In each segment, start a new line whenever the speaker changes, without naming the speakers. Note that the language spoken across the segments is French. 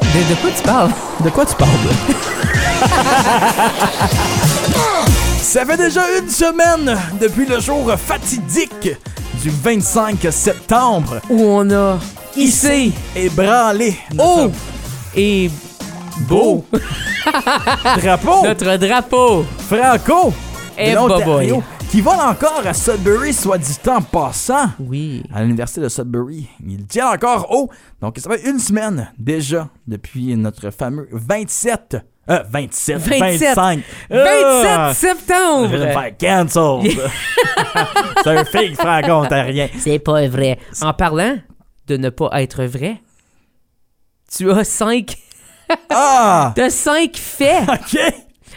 De, de quoi tu parles?
De quoi tu parles? Ça fait déjà une semaine depuis le jour fatidique du 25 septembre.
Où on a
Hissé et branlé
haut et
Oh, beau drapeau
notre drapeau.
franco
Eh,
de l'Ontario,
boboy.
qui vole encore à Sudbury, soit dit en passant.
Oui.
à l'université de Sudbury. Il tient encore haut. Donc, ça fait une semaine déjà depuis notre fameux 27. Euh, 27,
27.
25.
27
Ah! Je vais me
septembre.
faire cancel. C'est un fake franco-ontarien.
C'est pas vrai. En parlant de ne pas être vrai, tu as cinq.
Ah!
T'as cinq faits.
OK!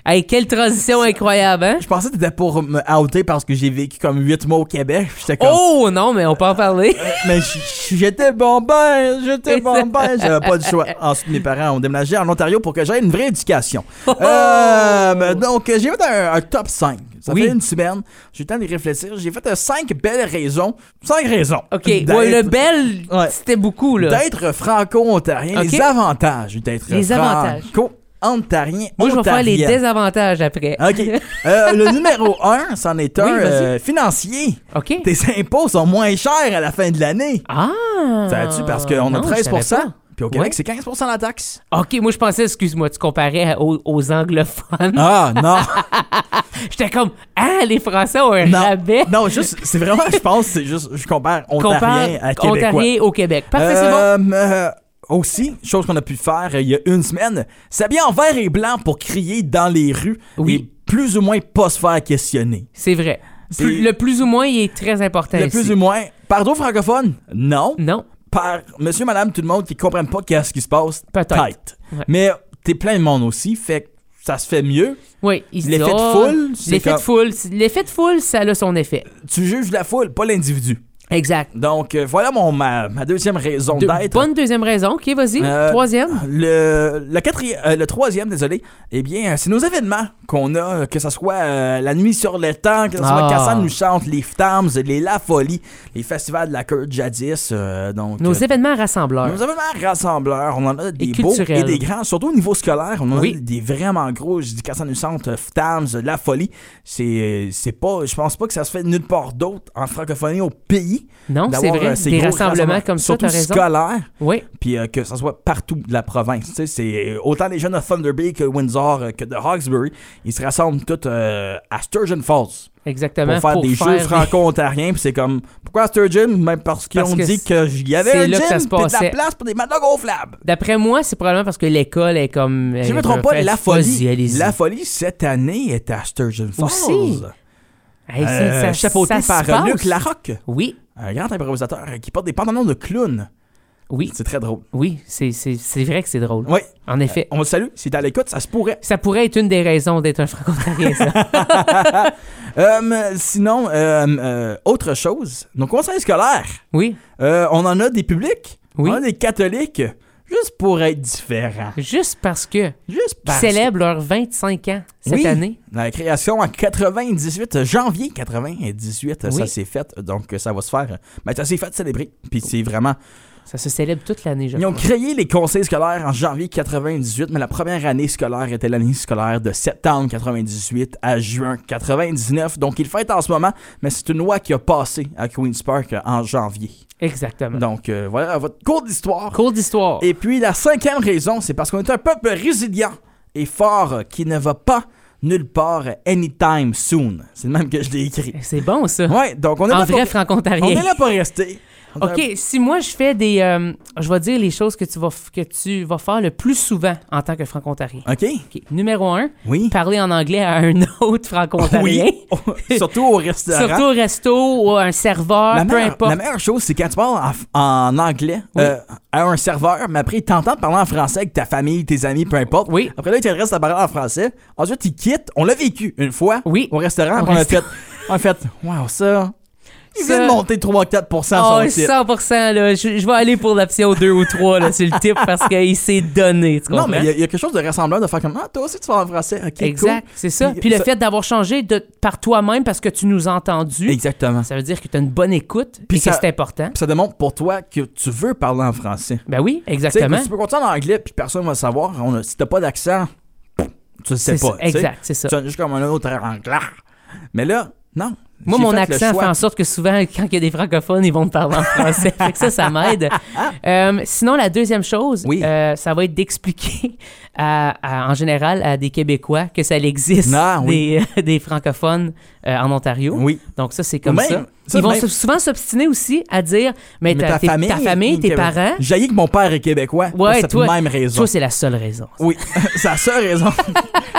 hey, quelle transition incroyable, hein?
Je pensais que t'étais pour me outer parce que j'ai vécu comme 8 mois au Québec. Puis J'étais comme.
Oh non, mais on peut en parler.
Mais j- j'étais bon ben, j'étais bon ben, j'avais pas de choix. Ensuite, mes parents ont déménagé en Ontario pour que j'aie une vraie éducation. Euh, donc, j'ai fait un, un top 5. Ça
Oh! Oui.
fait une semaine. J'ai eu le temps de réfléchir. J'ai fait 5 belles raisons. 5 raisons.
OK.
D'être-
Ouais, le bel,
Ouais.
c'était beaucoup, là.
D'être franco-ontarien.
OK.
Les avantages d'être
Les avantages.
franco-ontarien.
Moi, je vais faire les
ontarienne.
désavantages après.
OK. Euh, le numéro 1, c'en est un
Oui, vas-y.
euh, financier.
OK?
Tes impôts sont moins chers à la fin de l'année.
Ah!
Savais-tu? Parce qu'on a
Non, je
13
savais
Puis au Québec,
Ouais.
c'est 15 la taxe.
pas. OK, moi, je pensais, excuse-moi, tu comparais à- aux, aux anglophones.
Ah, non.
J'étais comme, ah, les Français ont un rabais.
non. non, juste, c'est vraiment, je pense, c'est juste, je compare Ontarien à
Compare
Québécois.
Ontarien au Québec. Parfait, c'est bon.
Euh, euh, aussi, chose qu'on a pu faire euh, il y a une semaine, s'habiller en vert et blanc pour crier dans les rues
Oui.
et plus ou moins pas se faire questionner.
C'est vrai.
c'est-
Plus- le plus ou moins, il est très important
Le
ici.
plus ou moins. Pardon, francophone? Non.
Non.
Par monsieur, madame, tout le monde qui comprennent pas qu'est-ce qui se passe.
Peut-être.
tight.
Ouais.
Mais t'es plein de monde aussi, fait que ça se fait mieux.
Oui, il se dit,
L'effet de
oh,
foule, c'est
L'effet de
comme-
foule, c'est- l'effet de foule, ça a son effet.
Tu juges la foule, pas l'individu.
Exact.
Donc euh, voilà mon ma, ma deuxième raison
De-
d'être.
bonne deuxième raison. OK, vas-y.
Euh,
Troisième.
Le, le, quatrième, euh, le troisième, désolé, eh bien, c'est nos événements qu'on a, que ce soit euh, la nuit sur le temps, que ce soit
Ah.
Cassan nous chante, les Ftams, les La Folie, les festivals de la Cœur jadis. euh, donc,
Nos
euh,
événements rassembleurs.
nos événements rassembleurs, on en a des
Et
beaux
culturels.
et des grands, surtout au niveau scolaire, on en
Oui.
a des vraiment gros, je dis Cassan nous chante, euh, Ftams, euh, La Folie. C'est euh, c'est pas, je pense pas que ça se fait nulle part d'autre en francophonie au pays.
Non, c'est
d'avoir,
vrai.
euh, ces
des
gros
rassemblements comme ça,
surtout
t'as raison.
scolaires
Oui.
puis euh, que ça soit partout de la province. Tu sais, c'est autant les jeunes de Thunder Bay que Windsor euh, que de Hawkesbury, ils se rassemblent tous euh, à Sturgeon Falls pour
Exactement.
faire des jeux
des-
franco-ontariens. Puis c'est comme pourquoi à Sturgeon Même parce qu'ils
Parce
ont
que
dit
c'est-
que il y avait
c'est
un
là que ça
gym
se
puis de
passait.
la place pour des mad dogs gonflables.
D'après moi, c'est probablement parce que l'école est comme. euh,
Si je
elle
me
veut
trompe pas,
faire-
la
Eh, ben, Vas-y,
folie,
allez-y.
la folie cette année est à Sturgeon Falls.
Aussi. Hey, c'est-
Euh,
ça-
chapeauté
ça se
par euh, Luc
passe.
Larocque,
Oui,
un grand improvisateur euh, qui porte des pantalons de clown.
oui,
C'est très drôle.
oui. C'est c'est- c'est vrai que c'est drôle.
Oui,
En effet.
on le salue. Si t'es à l'écoute, ça se pourrait.
Ça pourrait être une des raisons d'être un franco-ontarien, ça.
Euh, sinon, euh, euh, autre chose, nos conseils scolaires,
Oui,
euh, on en a des publics,
Oui.
on a des catholiques, juste pour être différents.
juste parce que.
Juste
Qui
parce
célèbrent leurs 25 ans cette
Oui,
année.
La création en 98, janvier 98, ça
Oui.
s'est fait, donc euh, ça va se faire. euh, Mais ça s'est fait célébrer, puis c'est vraiment.
Ça se célèbre toute l'année, je
Ils ont
crois.
créé les conseils scolaires en janvier 98, mais la première année scolaire était l'année scolaire de septembre 98 à juin 99, donc ils le fêtent en ce moment, mais c'est une loi qui a passé à Queen's Park euh, en janvier.
Exactement.
Donc euh, voilà votre cours d'histoire.
Cours d'histoire.
Et puis la cinquième raison, c'est parce qu'on est un peuple résilient et fort euh, qui ne va pas nulle part euh, anytime soon. C'est le même que je l'ai écrit.
Eh, C'est bon, ça.
Ouais, donc on est,
en
là,
vrai
pour... on est
franco-ontarien.
là pour rester. On est là-
OK, si moi je fais des. euh, je vais dire les choses que tu, vas, f- que tu vas faire le plus souvent en tant que franco-ontarien.
OK?
OK, Numéro un,
Oui.
parler en anglais à un autre franco-ontarien.
Oui. Surtout au restaurant.
Surtout au resto ou à un serveur,
la
Ah, peu
meilleure,
importe.
la meilleure chose, c'est quand tu parles en, en anglais euh, à un serveur, mais après, il t'entend parler en français avec ta famille, tes amis, peu importe.
Oui.
Après, là, il te reste à parler en français. Ensuite, il quitte. On l'a vécu une fois
Oui.
au restaurant.
Au
puis on a
resta-
fait, en fait, wow, ça, Il vient de monter 3-4%
Oh,
son titre.
100%, là. Je, je vais aller pour l'option 2 ou 3, là, sur le type, parce qu'il s'est donné, tu
Non,
comprends?
mais il y a- il y, a quelque chose de ressemblant de faire comme Ah, toi aussi tu parles en français. Ok, cool.
Exact, c'est ça.
Puis
Puis le
ça-
fait d'avoir changé de, par toi-même parce que tu nous as entendus,
Exactement.
ça veut dire que tu as une bonne écoute
Puis
et
ça-
que c'est important.
Puis ça démontre pour toi que tu veux parler en français.
Ben oui,
Tu sais,
exactement.
Tu peux continuer en anglais, puis personne ne va savoir. On a- si t'as pas d'accent, tu le sais
C'est
pas.
ça,
tu sais.
Exact, c'est ça.
Tu sonnes juste comme un autre anglais. Mais là, non.
Moi,
J'ai
mon
fait le
accent
choix.
fait en sorte que souvent, quand il y a des francophones, ils vont me parler en français. Fait que ça, ça m'aide. Euh, sinon, la deuxième chose,
Oui.
euh, ça va être d'expliquer à- à- en général à des Québécois que ça existe
Ah, oui.
des, des francophones euh, en Ontario.
Oui.
Donc ça, c'est comme
Même-
ça.
ça,
Ils vont
même-
se- souvent s'obstiner aussi à dire, mais,
Mais
ta,
ta
tes-
famille,
ta famille, tes
Québé-
parents,
J'ai haï que mon père est québécois pour
Ouais,
cette
toi-
même raison.
toi, c'est la seule raison.
Oui, c'est la seule raison.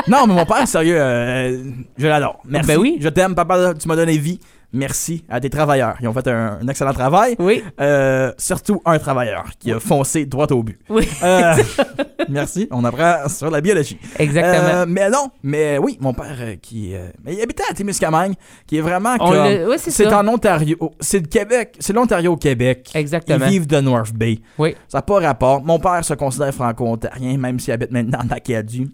non, mais mon père, sérieux, euh, je l'adore. Merci.
Ben oui.
Je t'aime, papa, tu m'as donné vie. Merci à tes travailleurs. Ils ont fait un, un excellent travail.
Oui,
Euh, surtout un travailleur qui a foncé droit au but.
oui,
Euh, merci, on apprend sur la biologie.
exactement.
Euh, mais non, mais oui, mon père euh, qui euh, mais il habitait à Témiscamingue, qui est vraiment
On
comme...
le- ouais, c'est
C'est
ça.
en Ontario. C'est le Québec. C'est l'Ontario au Québec.
Exactement.
Ils vivent de North Bay.
Oui.
Ça n'a pas rapport. Mon père se considère franco-ontarien, même s'il habite maintenant en Acadie.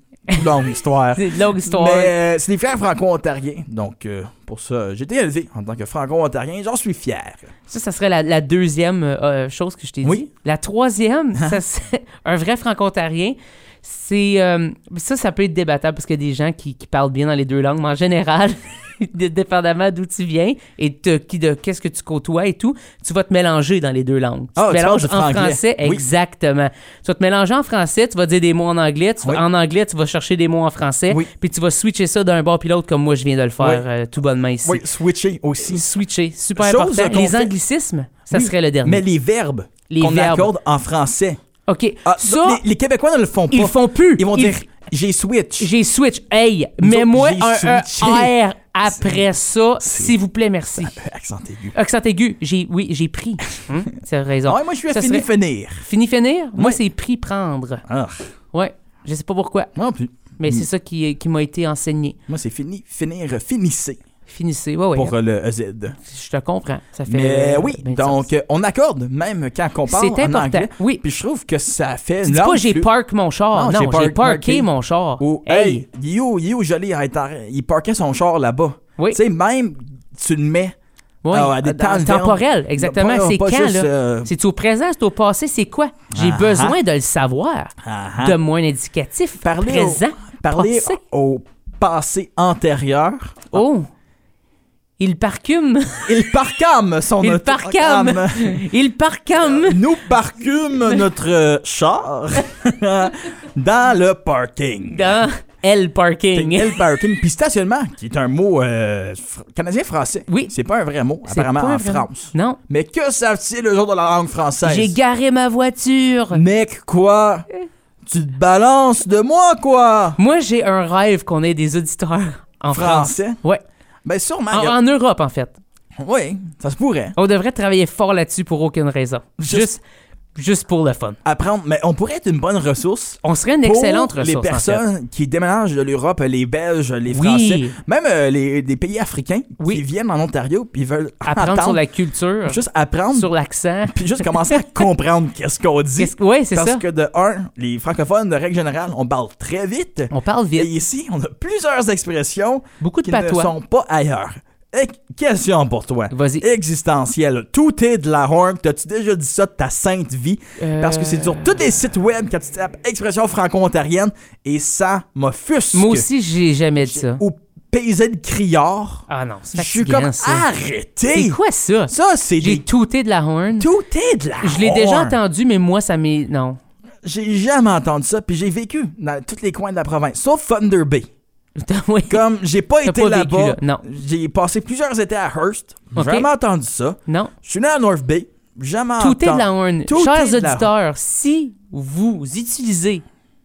Longue histoire.
C'est une longue histoire.
Mais euh, c'est des frères franco-ontariens. Donc, euh, pour ça, j'ai été élevé en tant que franco-ontarien. J'en suis fier.
Ça, ça serait la, la deuxième euh, chose que je t'ai
Oui.
dit. La troisième, ça, c'est un vrai franco-ontarien. C'est euh, ça, ça peut être débattable parce qu'il y a des gens qui, qui parlent bien dans les deux langues, mais en général, dé- dépendamment d'où tu viens et de qui de qu'est-ce que tu côtoies et tout, tu vas te mélanger dans les deux langues. Tu
Ah,
te
tu
mélanges
parles de
en
franglais.
français,
Oui.
exactement. Tu vas te mélanger en français, tu vas dire des mots en anglais, tu vas-
Oui.
en anglais, tu vas chercher des mots en français,
Oui.
puis tu vas switcher ça d'un bord puis l'autre comme moi je viens de le faire
Oui.
euh, tout bonnement ici.
Oui, switcher aussi.
Switcher, super
Chose
important.
qu'on
Les
fait-
anglicismes, ça
Oui,
serait le dernier.
Mais les verbes
Les
qu'on
verbes.
accorde en français.
OK.
Ah,
ça,
les, les Québécois ne le font pas.
ils font plus.
Ils vont
Ils-
dire j'ai switch.
J'ai switch. Hey,
Nous
mets-moi
autres, j'ai
un,
switché.
un R après ça, s'il vous plaît, merci.
Accent aigu.
Accent aigu. J'ai, oui, j'ai pris. Hum, C'est raison.
Hein? Ouais, moi, je suis à
Ça
fini
serait-
finir.
Fini finir? Moi, c'est pris prendre.
Ah,
Ouais. Je sais pas pourquoi,
moi non plus.
mais
Mm.
c'est ça qui, qui m'a été enseigné.
Moi, c'est fini, finir, finissez
Finissez. Ouais, ouais.
pour euh, le EZ.
Je te comprends. Ça fait.
Mais
euh,
oui,
bien de sens.
donc euh, on accorde même quand on parle
C'est
en
important.
anglais.
Oui.
Puis je trouve que ça fait.
Tu dis
langue
pas j'ai
plus-
park mon char.
Non,
Non,
j'ai
j'ai
park-
parké
parké.
mon char.
Ou hey, you, you, joli, arrête, arrête. il parquait son char là-bas.
Oui.
Tu sais, même tu le mets
Ouais,
Ah, à des
euh,
temps de
temporel, exactement.
Pas-
C'est
pas
quand,
juste,
là?
euh,
C'est-tu au présent, c'est au passé, c'est quoi? J'ai
Ah,
besoin de le savoir.
ah, ah.
De moins indicatif.
Parler au-
présent.
Parler
passé.
au passé antérieur.
Oh! Il parcume.
Il parcame son
Il
auto-
parcame. Il parcame.
Nous parcûmes notre euh, char dans le parking.
Dans L parking.
Technical parking. Puis stationnement, qui est un mot euh, fr- canadien-français.
Oui.
C'est pas un vrai mot,
C'est
apparemment,
pas
en
un vrai-
France.
Non.
Mais que savent-ils, eux autres, de la langue française?
J'ai garé ma voiture.
Mec, quoi? Tu te balances de moi, quoi?
Moi, j'ai un rêve qu'on ait des auditeurs en France.
Français?
Ouais.
Ben, sûrement.
En,
y a-
en Europe, en fait.
Oui, ça se pourrait.
On devrait travailler fort là-dessus pour aucune raison. Juste, juste pour le fun.
Apprendre, mais on pourrait être une bonne ressource
On serait une excellente
pour
ressource.
les
en fait.
personnes qui déménagent de l'Europe, les Belges, les
Oui.
Français, même euh, les, des pays africains
Oui.
qui viennent en Ontario puis veulent
Apprendre
entendre,
sur la culture,
juste apprendre
sur l'accent.
puis juste commencer à comprendre qu'est-ce qu'on dit.
Qu'est-ce que- Ouais, c'est
Parce
ça.
que de un, les francophones, de règle générale, on parle très vite.
On parle
Et
vite.
ici, on a plusieurs expressions
Beaucoup de
qui ne
patois.
sont pas ailleurs. Et- question pour toi.
Vas-y.
Existentielle. Tout est de la horn. T'as-tu déjà dit ça de ta sainte vie? Parce que c'est sur
Euh.
tous les sites web quand tu tapes expression franco-ontarienne et ça m'offusque.
Moi aussi, j'ai jamais dit ça.
Ou paysan de criard.
Ah non, c'est
Je suis
fatigant,
comme
ça. C'est
arrêtez.
quoi ça?
Ça, c'est
J'ai
des...
touté de la horn.
Tout est de la
Je l'ai déjà
horn.
entendu, mais moi, ça m'est... Non.
J'ai jamais entendu ça, puis j'ai vécu dans tous les coins de la province, sauf Thunder Bay.
Oui.
Comme j'ai pas
T'as
été
pas vécu,
là-bas,
là, non.
j'ai passé plusieurs étés à Hearst, j'ai
Ok.
jamais entendu ça.
Non.
Je suis né à North Bay, jamais entendu.
Touté de la horn.
Touté
Chers
de la horn.
auditeurs, si vous utilisez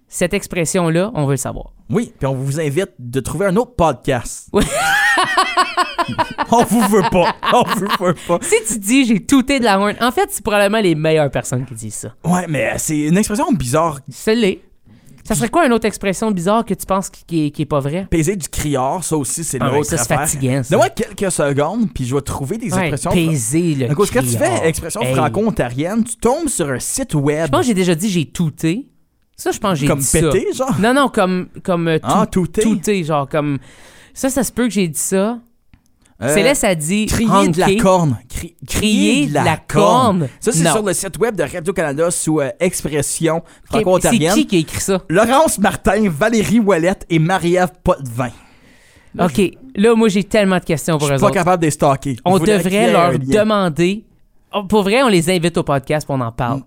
cette expression-là, on veut le savoir.
Oui, puis on vous invite de trouver un autre podcast.
Oui.
on vous veut pas, on vous veut pas.
Si tu dis « j'ai touté de la horn », en fait, c'est probablement les meilleures personnes qui disent ça.
Ouais, mais c'est une expression bizarre
C'est l'est. Ça serait quoi une autre expression bizarre que tu penses qui, qui, est- qui est pas vraie?
Peser du criard, ça aussi, c'est
Ah
une
ouais,
autre
ça, c'est
affaire.
fatigant, ça.
Donne-moi quelques secondes, puis je vais trouver des
Ouais,
expressions.
Paiser le
Donc, quand tu
criard.
fais expression
Hey.
franco-ontarienne, tu tombes sur un site
Je
web
pense que j'ai déjà dit j'ai touté. Ça, je pense que j'ai
comme
dit ça.
pété, genre.
Non, non, comme, comme euh, tout,
Ah, touté.
touté, genre comme... Ça, ça se peut que j'ai dit ça.
Euh,
Céleste a dit...
Crier de la
honker.
corne. Cri-
Crier de la corne.
Ça, c'est
Non.
sur le site web de Radio-Canada sous euh, expression
C'est
franco-ontarienne.
qui qui a écrit ça?
Laurence Martin, Valérie Ouellette et Marie-Ève Potvin. Là,
OK. Là, moi, j'ai tellement de questions
Je
pour
suis
eux
pas
autres.
capable de les stocker. Je
On
voudrais qu'il y
devrait
ait euh, un
leur
lien.
demander... Oh, Pour vrai, on les invite au podcast pour on en parle.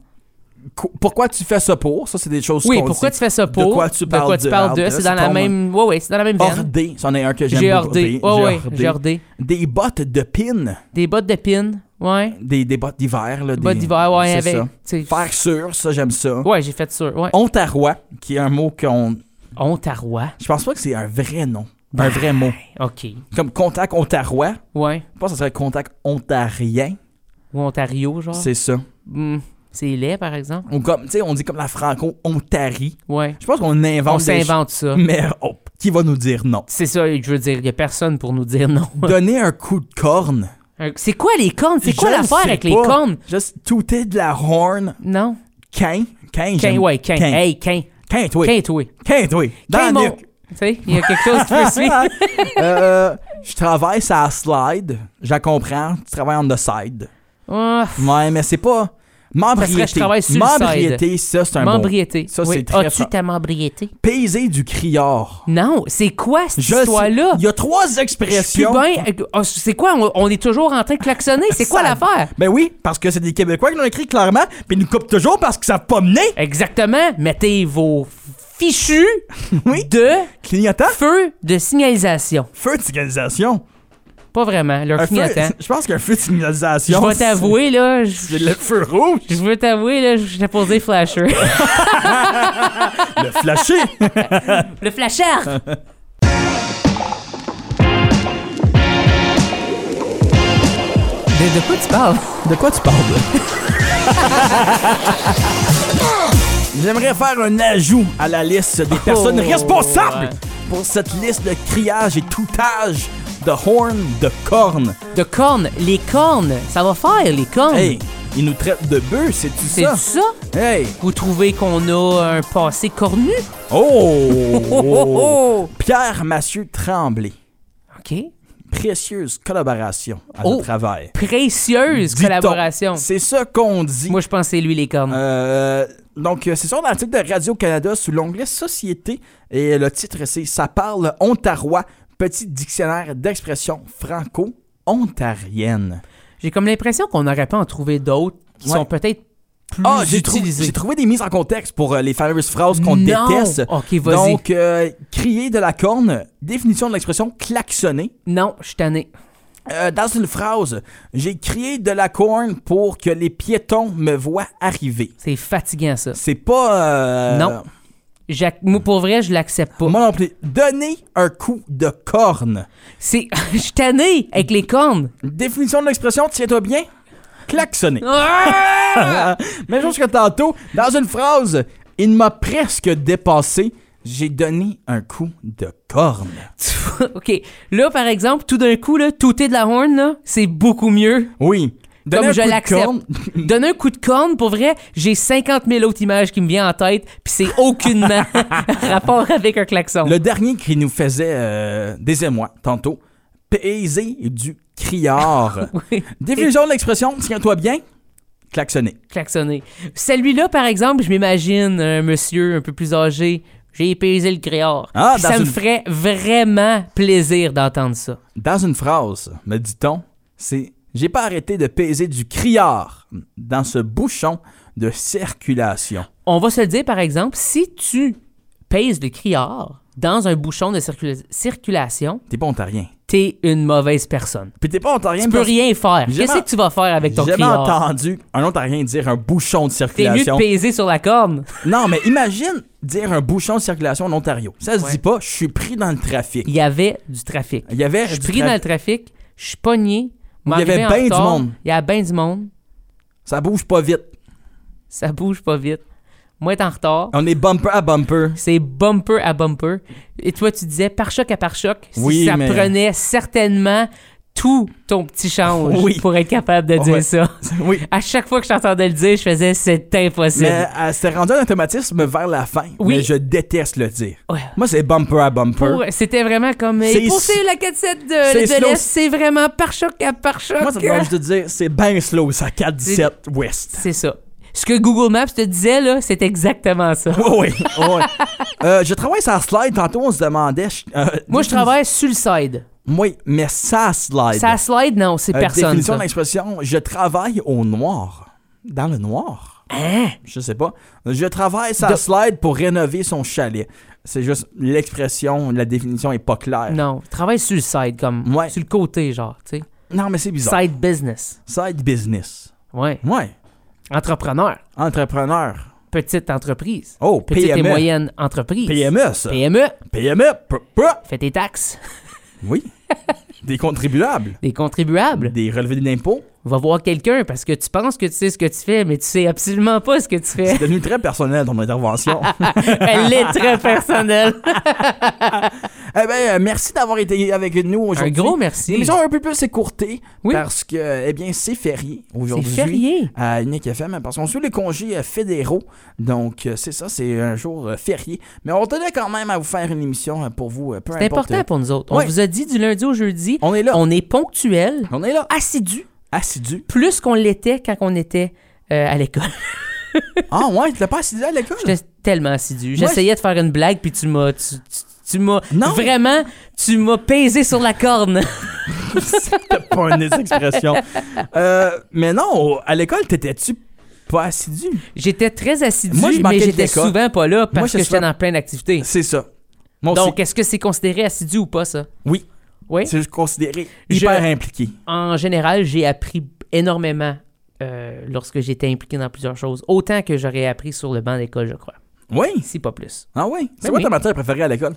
Qu- Pourquoi tu fais ça pour? Ça, c'est des choses
Oui,
qu'on
pourquoi
dit.
tu fais ça pour?
quoi tu parles de?
de?
Ah,
C'est
ça
dans la
tombe.
même... Ouais, ouais, c'est dans la même veine.
Ordé, c'en est un que j'aime
J'ai
beaucoup.
ordé.
J'ai
Ouais, ouais,
ordé.
j'ai ordé.
Des bottes de pin.
Des bottes de pin. Ouais.
Des, des bottes d'hiver. là,
Des bottes d'hiver, ouais,
c'est
avec...
ça.
tu sais.
Faire sûr, ça, j'aime ça.
Ouais, j'ai fait sûr. Ouais.
Ontarois, qui est un mot qu'on...
Ontarois.
Je pense pas que c'est un vrai nom. Un vrai mot.
OK.
Comme contact ontarois.
Ouais.
Je pense que ça serait contact ontarien.
Ou Ontario, genre.
C'est ça.
Hmm. C'est laid, par exemple.
Ou comme, tu sais, on dit comme la franco-ontarie.
Ouais.
Je pense qu'on invente
On
des
s'invente ça.
choses, Mais oh, qui va nous dire non?
C'est ça, je veux dire, il n'y a personne pour nous dire non.
Donner un coup de corne.
Un- C'est quoi les cornes? C'est quoi
Je
l'affaire
sais
avec les
pas.
cornes?
Juste touter de la horn.
Non.
Quin. Quin,
Quin,
j'aime-
ouais, quin.
Quin.
Hey, quin.
Quin, toi.
Quin, toi.
Quin, toi.
Quin,
Dans
mon.
le-
Tu sais, il y a quelque chose qui me suit.
hein? Euh, je travaille ça slide. Je la comprends. Tu travailles on the side.
Ah,
Ouais, mais c'est pas. Membriété.
Ça serait, je travaille sur le
membriété, ça, c'est un
membriété.
Ça,
Oui.
c'est très
As-tu
fort.
ta membriété?
mot. Paiser du criard.
Non. C'est quoi cette
Je
histoire-là?
sais- Il y a trois
Je suis
expressions.
bien. Ah, C'est quoi? On, on est toujours en train de klaxonner. C'est quoi
Ça-
l'affaire?
Ben oui, parce que c'est des Québécois qui l'ont écrit clairement, puis ils nous coupent toujours parce qu'ils savent pas mener.
Exactement. Mettez vos fichus de
Clignotant,
feu de signalisation.
feu de signalisation.
Pas vraiment, leur
Un feu-
clignotant.
je pense qu'un feu de
Je
signalisation.
vais t'avouer, là,
C'est
je
le feu rouge,
je veux t'avouer, là, j'ai posé flasher.
le flashé.
Le flasher! De, de quoi tu parles?
De quoi tu parles? J'aimerais faire un ajout à la liste des personnes
Oh,
responsables
ouais.
pour cette liste de criage et toutage de horn, de corne.
De cornes, les cornes, ça va faire, les cornes.
Hey, ils nous traitent de bœufs, c'est-tu
Hmm. C'est
ça?
ça?
Hey!
Vous trouvez qu'on a un passé cornu?
Oh!
Oh, oh, oh.
Pierre Massieu Tremblay.
OK.
Précieuse collaboration à
Oh.
notre travail.
Précieuse
Dit-on.
collaboration.
C'est ça qu'on dit.
Moi, je pense que c'est lui, les cornes.
Euh, donc, euh, c'est sur l'article de Radio-Canada sous l'onglet Société et le titre, c'est Ça parle ontarois, petit dictionnaire d'expression franco-ontarienne.
J'ai comme l'impression qu'on n'aurait pas en trouvé d'autres qui
Ouais.
sont peut-être plus
Ah, j'ai trou- j'ai
utilisés.
trouvé des mises en contexte pour euh, les fameuses phrases qu'on
Non.
déteste.
Ok, vas-y.
Donc, euh, crier de la corne, définition de l'expression klaxonner.
Non, je suis tanné.
Euh, dans une phrase, j'ai crié de la corne pour que les piétons me voient arriver.
C'est fatigant, ça.
C'est pas. euh,
Non. J'ac- Moi, pour vrai, je l'accepte pas.
Moi non plus. Donner un coup de corne.
C'est... Je suis tanné avec les cornes.
Définition de l'expression, tiens-toi bien. Klaxonner.
Ah!
Même chose que tantôt, dans une phrase, il m'a presque dépassé. J'ai donné un coup de corne.
Tu vois, OK. Là, par exemple, tout d'un coup, là, touter de la horn, là, c'est beaucoup mieux.
Oui. Donner
Comme
un
je
coup de
l'accepte.
corne.
Donner un coup de corne, pour vrai, j'ai 50 000 autres images qui me viennent en tête, puis c'est aucunement rapport avec un klaxon.
Le dernier qui nous faisait euh, des émois, tantôt. Paiser du criard.
Oui.
Définition de l'expression, tiens-toi bien. Klaxonner.
klaxonner. Celui-là, par exemple, je m'imagine un monsieur un peu plus âgé. J'ai épaisé le créard.
Ah,
Puis
dans
ça me
une-
ferait vraiment plaisir d'entendre ça.
Dans une phrase, me dit-on, c'est J'ai pas arrêté de peser du criard dans ce bouchon de circulation.
On va se le dire, par exemple, si tu pèses le criard dans un bouchon de circula- circulation,
T'es pas ontarien.
t'es une mauvaise personne.
Puis t'es pas ontarien
Tu peux
parce-
rien faire.
J'ai
Qu'est-ce
jamais-
que tu vas faire avec ton
J'ai jamais
criard?
entendu un ontarien dire un bouchon de
T'es mieux de
circulation.
peser sur la corne.
non, mais imagine dire un bouchon de circulation en Ontario. Ça se
Ouais.
dit pas, je suis pris dans le trafic.
Il y avait du trafic.
Il y avait.
Je suis
du
pris dans le
trafic.
trafic, je suis pogné.
Il y avait
m'arrivais en
ben du
retard,
monde.
Il y a bien du monde.
Ça bouge pas vite.
Ça bouge pas vite. Moi, être en retard.
On est bumper à bumper.
C'est bumper à bumper. Et toi, tu disais par choc à par choc. Si
Oui,
ça
mais-
prenait certainement tout ton petit change
Oui.
pour être capable de dire
Ouais.
ça.
Oui.
À chaque fois que je t'entendais le dire, je faisais c'est impossible.
Mais euh, c'est rendu un automatisme vers la fin.
Oui.
Mais je déteste le dire.
Ouais.
Moi, c'est bumper à bumper.
Pour- C'était vraiment comme.
C'est
Et pour
s-
suivre la 4-7
c'est
de, de
slow-
l'Est, c'est vraiment par choc à par choc.
Moi, ça me donne envie de dire, c'est ben slow, ça, 417 West.
C'est ça. Ce que Google Maps te disait, là, c'est exactement ça.
Oui, oui, oui. Euh, je travaille sur la slide. Tantôt, on se demandait. je- euh,
Moi, je travaille sur le side.
Oui, mais ça slide.
Ça slide, non, c'est
Euh,
personne.
Définition
ça.
de l'expression, je travaille au noir. Dans le noir.
Hein?
Je sais pas. Je travaille sa
De-
slide pour rénover son chalet. C'est juste l'expression, la définition est pas claire.
Non, travaille sur le side, comme.
Ouais.
Sur le côté, genre, tu sais.
Non, mais c'est bizarre.
Side business.
Side business.
Ouais.
Ouais.
Entrepreneur.
Entrepreneur.
Petite entreprise.
Oh,
Petite et
PME.
moyenne E. entreprise.
PME, E, ça.
PME.
PME. P- p-
Fais tes taxes.
Oui. Des contribuables.
Des contribuables.
Des relevés d'impôts.
Va voir quelqu'un parce que tu penses que tu sais ce que tu fais, mais tu sais absolument pas ce que tu fais.
C'est devenu très personnel, ton intervention.
Elle est très personnelle.
eh bien, merci d'avoir été avec nous
Un
aujourd'hui.
gros merci.
L'émission est un peu plus écourtée
Oui.
parce que, eh bien, c'est férié
C'est
aujourd'hui.
férié.
à Unique FM parce qu'on suit les congés euh, fédéraux. Donc, euh, c'est ça, c'est un jour euh, férié. Mais on tenait quand même à vous faire une émission euh, pour vous, euh, peu
C'est
importe.
important pour nous autres. On
Ouais.
vous a dit du lundi au jeudi,
On est là.
on est ponctuel,
On est là.
assidu,
Assidu.
plus qu'on l'était quand on était euh, à l'école.
Ah ouais, tu l'as pas assidu à l'école?
J'étais tellement
Moi,
assidu. J'essayais de faire une blague, puis tu m'as... Tu, tu- tu m'as...
Non.
Vraiment, tu m'as pesé sur la corne.
C'était pas une expression. Euh, mais non, à l'école, t'étais-tu pas assidu?
J'étais très assidu,
Moi, je manquais
mais
de
j'étais
l'école.
souvent pas là
Moi,
parce
j'étais
que j'étais
souvent-
dans plein d'activités.
C'est ça. Moi aussi.
Donc, est-ce que c'est considéré assidu ou pas, ça?
Oui.
Oui.
C'est considéré
Je-
hyper impliqué.
En général, j'ai appris énormément euh, lorsque j'étais impliqué dans plusieurs choses. Autant que j'aurais appris sur le banc d'école, je crois.
Oui.
Si pas plus.
Ah oui. C'est
Ben
quoi
oui.
ta matière préférée à l'école?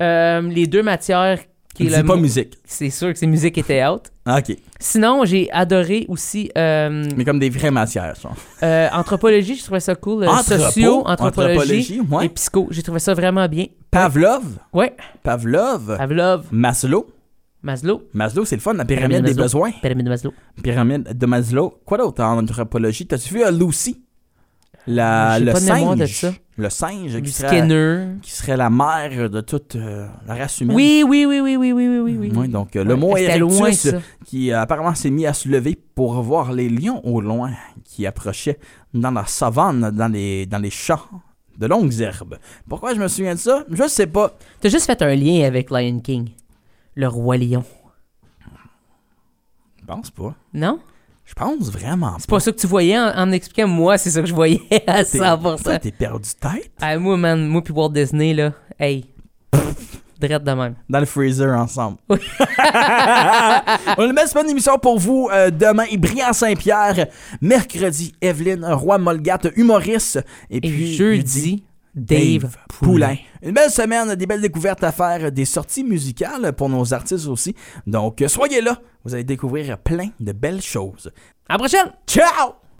Euh, les deux matières qui est
Dis
le
pas
mo-
musique.
C'est sûr que c'est musique et théâtre.
Ah, OK.
Sinon, j'ai adoré aussi euh,
Mais comme des vraies matières, ça.
euh, anthropologie, je trouvais ça cool. euh,
Entrepôt,
socio, anthropologie,
anthropologie, ouais.
et psycho. J'ai trouvé ça vraiment bien.
Pavlov.
Ouais,
Pavlov.
Pavlov,
Maslow.
Maslow,
Maslow, c'est le fun, la pyramide des
Maslow.
besoins.
pyramide de Maslow.
Pyramide de Maslow. Quoi d'autre en anthropologie? T'as-tu vu euh, Lucy? La,
J'ai
le
pas de mémoire
singe.
de ça.
Le singe qui serait,
Skinner.
qui serait la mère de toute euh, la race humaine.
Oui, oui, oui, oui, oui, oui, oui, oui. oui.
Ouais, donc, euh, le mot
C'était
erectus
loin, ça.
qui euh, apparemment s'est mis à se lever pour voir les lions au loin qui approchaient dans la savane, dans les, dans les champs de longues herbes. Pourquoi je me souviens de ça? Je sais pas.
T'as juste fait un lien avec Lion King, le roi lion.
Je pense pas.
Non?
Je pense vraiment
C'est pas ça que tu voyais en, en expliquant. Moi, c'est ça que je voyais à
T'es-
100%.
Ça, T'es perdu de tête
Ah, moi, man, moi puis Walt Disney, là, hey, drette de même.
dans le freezer ensemble.
Oui.
On le met sur une émission pour vous euh, demain. Brian Saint-Pierre, mercredi, Evelyne Roy Molgat, humoriste. Et,
Et
puis
jeudi, Dave,
Dave
Poulain.
Poulain. Une belle semaine, des belles découvertes à faire, des sorties musicales pour nos artistes aussi. Donc, euh, soyez là. Vous allez découvrir plein de belles choses.
À la prochaine!
Ciao!